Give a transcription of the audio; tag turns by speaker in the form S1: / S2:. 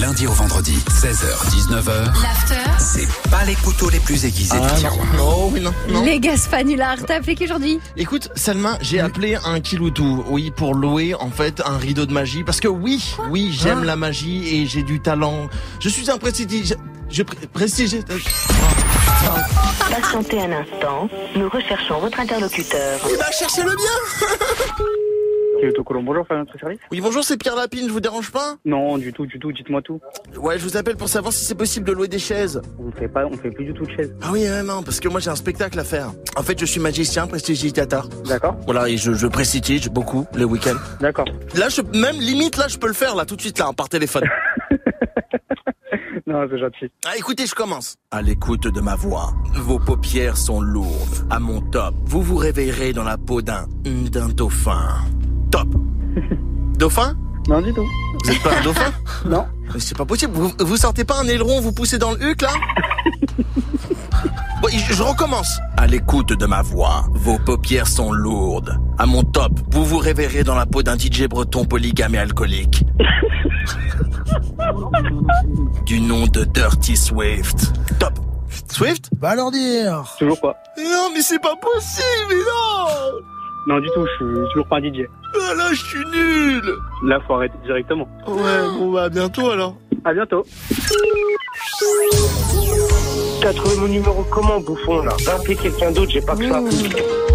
S1: lundi au vendredi, 16h-19h,
S2: L'after.
S1: c'est pas les couteaux les plus aiguisés
S3: Ah,
S1: du
S3: non,
S1: tiroir.
S3: non, oui, non, non.
S4: Les Gaspanulars, t'as appelé qui aujourd'hui
S3: Écoute, Salma, j'ai appelé un Kiloutou, oui, pour louer en fait un rideau de magie, parce que oui, oui, j'aime la magie et j'ai du talent. Je suis un prestige, je euh, pré- prestige.
S5: Patientez un instant, nous recherchons votre interlocuteur.
S3: Il va chercher le bien.
S6: Qui est au Colombo, bonjour, faire notre service
S3: Oui, bonjour, c'est Pierre Lapine, je vous dérange pas
S6: Non, du tout, du tout, dites-moi tout.
S3: Ouais, je vous appelle pour savoir si c'est possible de louer des chaises.
S6: On fait pas, on fait plus du tout de chaise.
S3: Ah oui, euh, non, parce que moi j'ai un spectacle à faire. En fait, je suis magicien, prestidigitateur.
S6: D'accord
S3: Voilà, et je, je prestige beaucoup les week-ends.
S6: D'accord.
S3: Là, je même limite, là, je peux le faire là tout de suite là, par téléphone.
S6: Non, c'est gentil.
S3: Ah, écoutez, je commence. À l'écoute de ma voix, vos paupières sont lourdes. À mon top, vous vous réveillerez dans la peau d'un d'un dauphin. Top. dauphin
S6: Non, du tout.
S3: Vous êtes pas un dauphin
S6: Non.
S3: Mais c'est pas possible. Vous, vous sortez pas un aileron, vous poussez dans le huc là Bon, je, je recommence. À l'écoute de ma voix, vos paupières sont lourdes. À mon top, vous vous réveillerez dans la peau d'un DJ breton polygame et alcoolique. du nom de Dirty Swift. Top. Swift
S7: Va leur dire
S6: Toujours pas.
S3: Non, mais c'est pas possible, mais non
S6: Non, du tout, je suis toujours pas un DJ.
S3: Ah Là, je suis nul
S6: Là, faut arrêter directement.
S3: Ouais, bon, bah, à bientôt alors.
S6: À bientôt.
S8: T'as trouvé mon numéro comment, bouffon, là Va appeler quelqu'un d'autre, j'ai pas que ça.